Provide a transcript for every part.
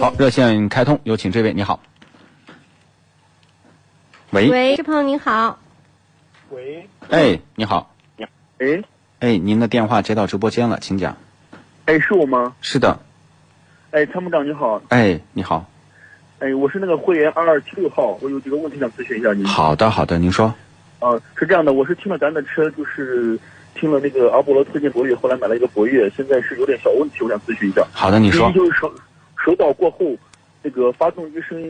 好，热线开通，有请这位，你好。喂，喂，志鹏您好，喂，哎，你好，哎，哎，您的电话接到直播间了，请讲。哎，是我吗？是的，哎，参谋长你好，哎，你好，哎，我是那个会员二二七六号，我有几个问题想咨询一下您。好的，好的，您说。啊，是这样的，我是听了咱的车，就是听了那个阿波罗推荐博越，后来买了一个博越，现在是有点小问题，我想咨询一下。好的，你第说一。就是手手导过后，那个发动机声音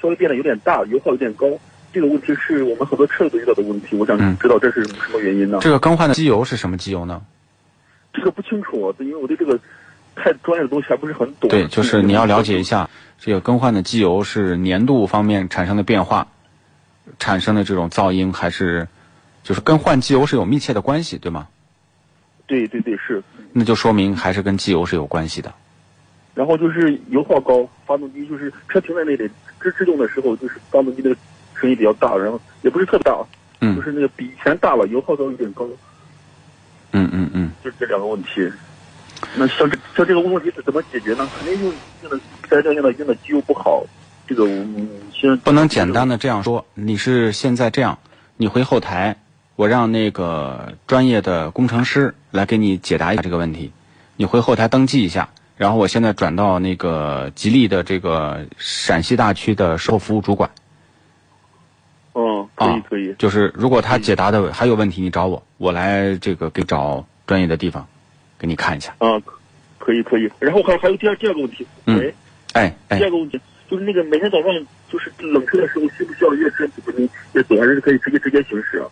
稍微变得有点大，油耗有点高。这个问题是我们很多车都遇到的问题，我想嗯知道这是什么原因呢？这个更换的机油是什么机油呢？这个不清楚，因为我对这个太专业的东西还不是很懂。啊对，就是你要了解一下，这个更换的机油是粘度方面产生的变化，产生的这种噪音，还是就是跟换机油是有密切的关系，对吗？对对对，是。那就说明还是跟机油是有关系的。然后就是油耗高，发动机就是车停在那里制制动的时候，就是发动机那个声音比较大，然后也不是特别大，啊嗯就是那个比以前大了，油耗都有点高，嗯嗯嗯。就是这两个问题。那像这像这个问题是怎么解决呢？肯定就是用的在这用的用的机油不好，这个我们先不能简单的这样说。你是现在这样，你回后台，我让那个专业的工程师来给你解答一下这个问题。你回后台登记一下，然后我现在转到那个吉利的这个陕西大区的售后服务主管嗯，可以啊，可以，嗯就是如果他解答的还有问题，你找我，我来这个给找专业的地方给你看一下。啊，可以可以。然后还还有第二第二个问题，嗯喂，哎哎第，二个问题就是那个每天早上就是冷车的时候，需不需要越车几分钟越走，还是可以直接直接行驶啊？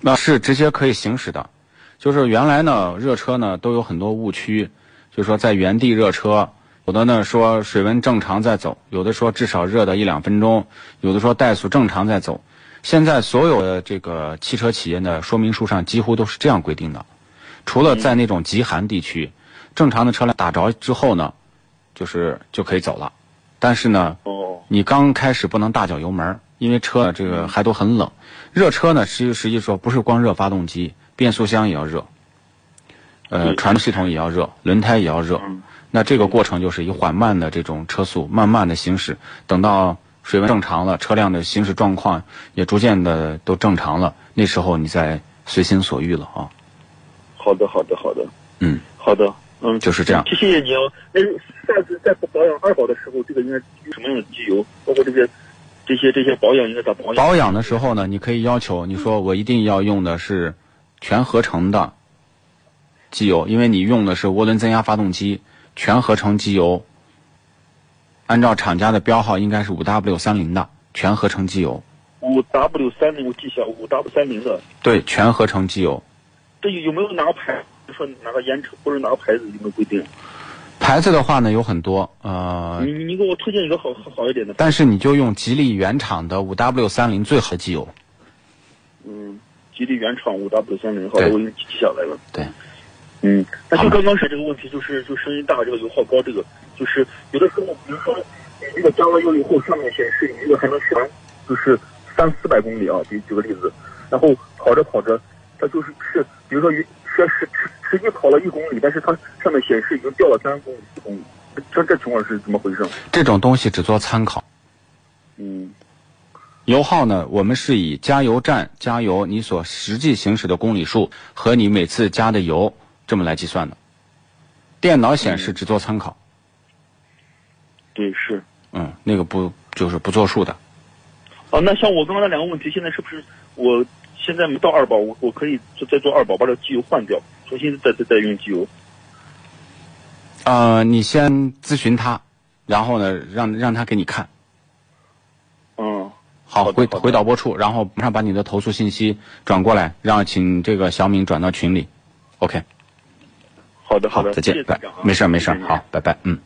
那是直接可以行驶的，就是原来呢，热车呢都有很多误区，就是说在原地热车，有的呢说水温正常在走，有的说至少热到一两分钟，有的说怠速正常在走。现在所有的这个汽车企业的说明书上几乎都是这样规定的，除了在那种极寒地区，正常的车辆打着之后呢，就是就可以走了，但是呢，哦，你刚开始不能大脚油门儿，因为车呢这个还都很冷。热车呢，实际实际说不是光热发动机，变速箱也要热，呃，对传动系统也要热，轮胎也要热。嗯那这个过程就是以缓慢的这种车速，慢慢的行驶，等到水温正常了，车辆的行驶状况也逐渐的都正常了，那时候你再随心所欲了啊。好的，好的，好的，嗯，好的，嗯，就是这样谢谢你哦。那下次再保养二保的时候，这个应该用什么样的机油？包括这些、这些、这些保养应该咋保养？保养的时候呢，你可以要求你说我一定要用的是全合成的机油，因为你用的是涡轮增压发动机，全合成机油。按照厂家的标号，应该是五 W 三零的全合成机油。五 W 三零，我记下，五 W 三零的。对，全合成机油。这有没有哪个牌？说哪个烟车或者哪个牌子有没有规定？牌子的话呢有很多，呃，你你给我推荐一个好好好一点的。但是你就用吉利原厂的五 W 三零最好的机油。嗯，吉利原厂五 W 三零，好的，对我已经记下来了。对，嗯，那好就吧刚刚才这个问题，就是就声音大，这个油耗高，这个就是有的时候，比如说你这个加完油以后，上面显示你这个还能行，就是三四百公里啊，举举个例子，然后跑着跑着，它就是是，比如说一实实实际跑了一公里，但是它上面显示已经掉了三公里、四公里，这这情况是怎么回事？这种东西只做参考。嗯，油耗呢，我们是以加油站加油你所实际行驶的公里数和你每次加的油这么来计算的。电脑显示只做参考，对，是。嗯，那个不就是不作数的。哦，那像我刚刚那两个问题，现在是不是我现在没到二保，我我可以就再做二保，把这个机油换掉，重新再再再用机油？呃，你先咨询他，然后呢，让让他给你看嗯，好好的回好的回导播处，然后马上把你的投诉信息转过来，让请这个小敏转到群里。OK，好的好，的，再见，谢谢拜大家啊，没事儿没事儿谢谢，你啊好，拜拜，嗯。